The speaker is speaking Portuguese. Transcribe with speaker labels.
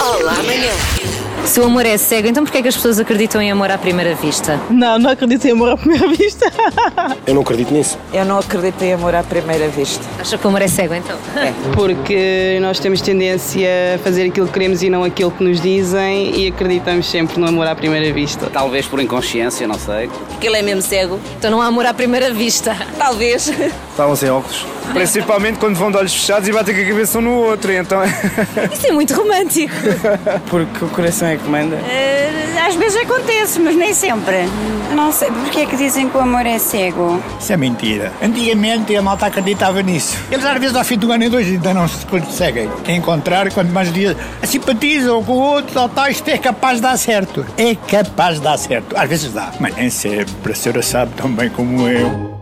Speaker 1: Olá, amanhã.
Speaker 2: Se o amor é cego, então porquê é que as pessoas acreditam em amor à primeira vista?
Speaker 3: Não, não acredito em amor à primeira vista.
Speaker 4: Eu não acredito nisso.
Speaker 5: Eu não acredito em amor à primeira vista.
Speaker 2: Acha que o amor é cego, então?
Speaker 3: Porque nós temos tendência a fazer aquilo que queremos e não aquilo que nos dizem e acreditamos sempre no amor à primeira vista.
Speaker 6: Talvez por inconsciência, não sei.
Speaker 5: Porque ele é mesmo cego?
Speaker 2: Então não há amor à primeira vista.
Speaker 5: Talvez.
Speaker 7: Estavam Tá, sem óculos. Principalmente quando vão de olhos fechados e batem com a cabeça um no outro, então.
Speaker 2: Isso é muito romântico.
Speaker 7: Porque o coração é que manda.
Speaker 8: Às vezes acontece, mas nem sempre. Não sei porque é que dizem que o amor é cego.
Speaker 9: Isso é mentira. Antigamente a malta acreditava nisso. Eles às vezes ao fim do ano e dois ainda não se conseguem encontrar, quando mais dias simpatizam com o outro, tal, tal, isto é capaz de dar certo. É capaz de dar certo. Às vezes dá, mas nem sempre. A senhora sabe tão bem como eu.